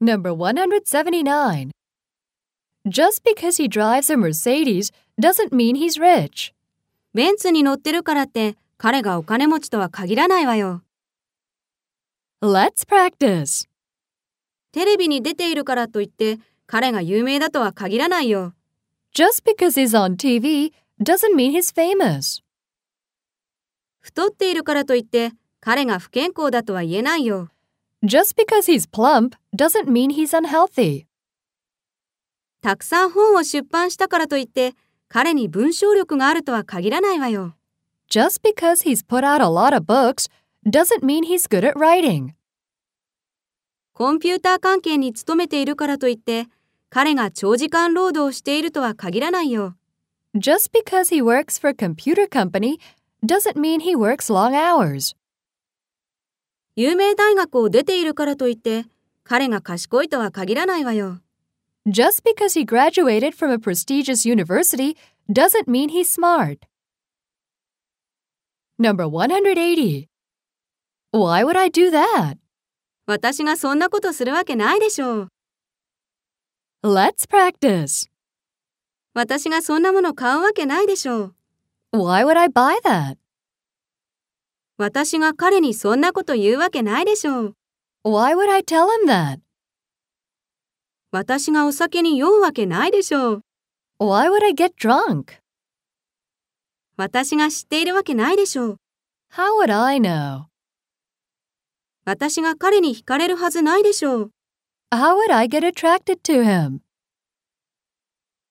Number 179. Just because he drives a Mercedes doesn't mean he's rich. ベンツに乗ってるからって彼がお金持ちとは限らないわよ。 Let's practice. テレビに出ているからといって彼が有名だとは限らないよ。 Just because he's on TV doesn't mean he's famous. 太っているからといって彼が不健康だとは言えないよ。 Just because he's plump doesn't mean he's unhealthy. たくさん本を出版したからといって彼に文章力があるとは限らないわよ。 Just because he's put out a lot of books doesn't mean he's good at writing. コンピューター関係に勤めているからといって彼が長時間労働をしているとは限らないよ。 Just because he works for a computer company doesn't mean he works long hours. 有名大学を出ているからといって彼が賢いとは限らないわよ。 Just because he graduated from a prestigious university doesn't mean he's smart. Number 180. Why would I do that? 私がそんなことするわけないでしょう。 Let's practice. 私がそんなもの買うわけないでしょう。 Why would I buy that? 私が彼にそんなこと言うわけないでしょう。 Why would I tell him that? 私がお酒に酔うわけないでしょう。 Why would I get drunk? 私が知っているわけないでしょう。 How would I know? 私が彼に惹かれるはずないでしょう。 How would I get attracted to him?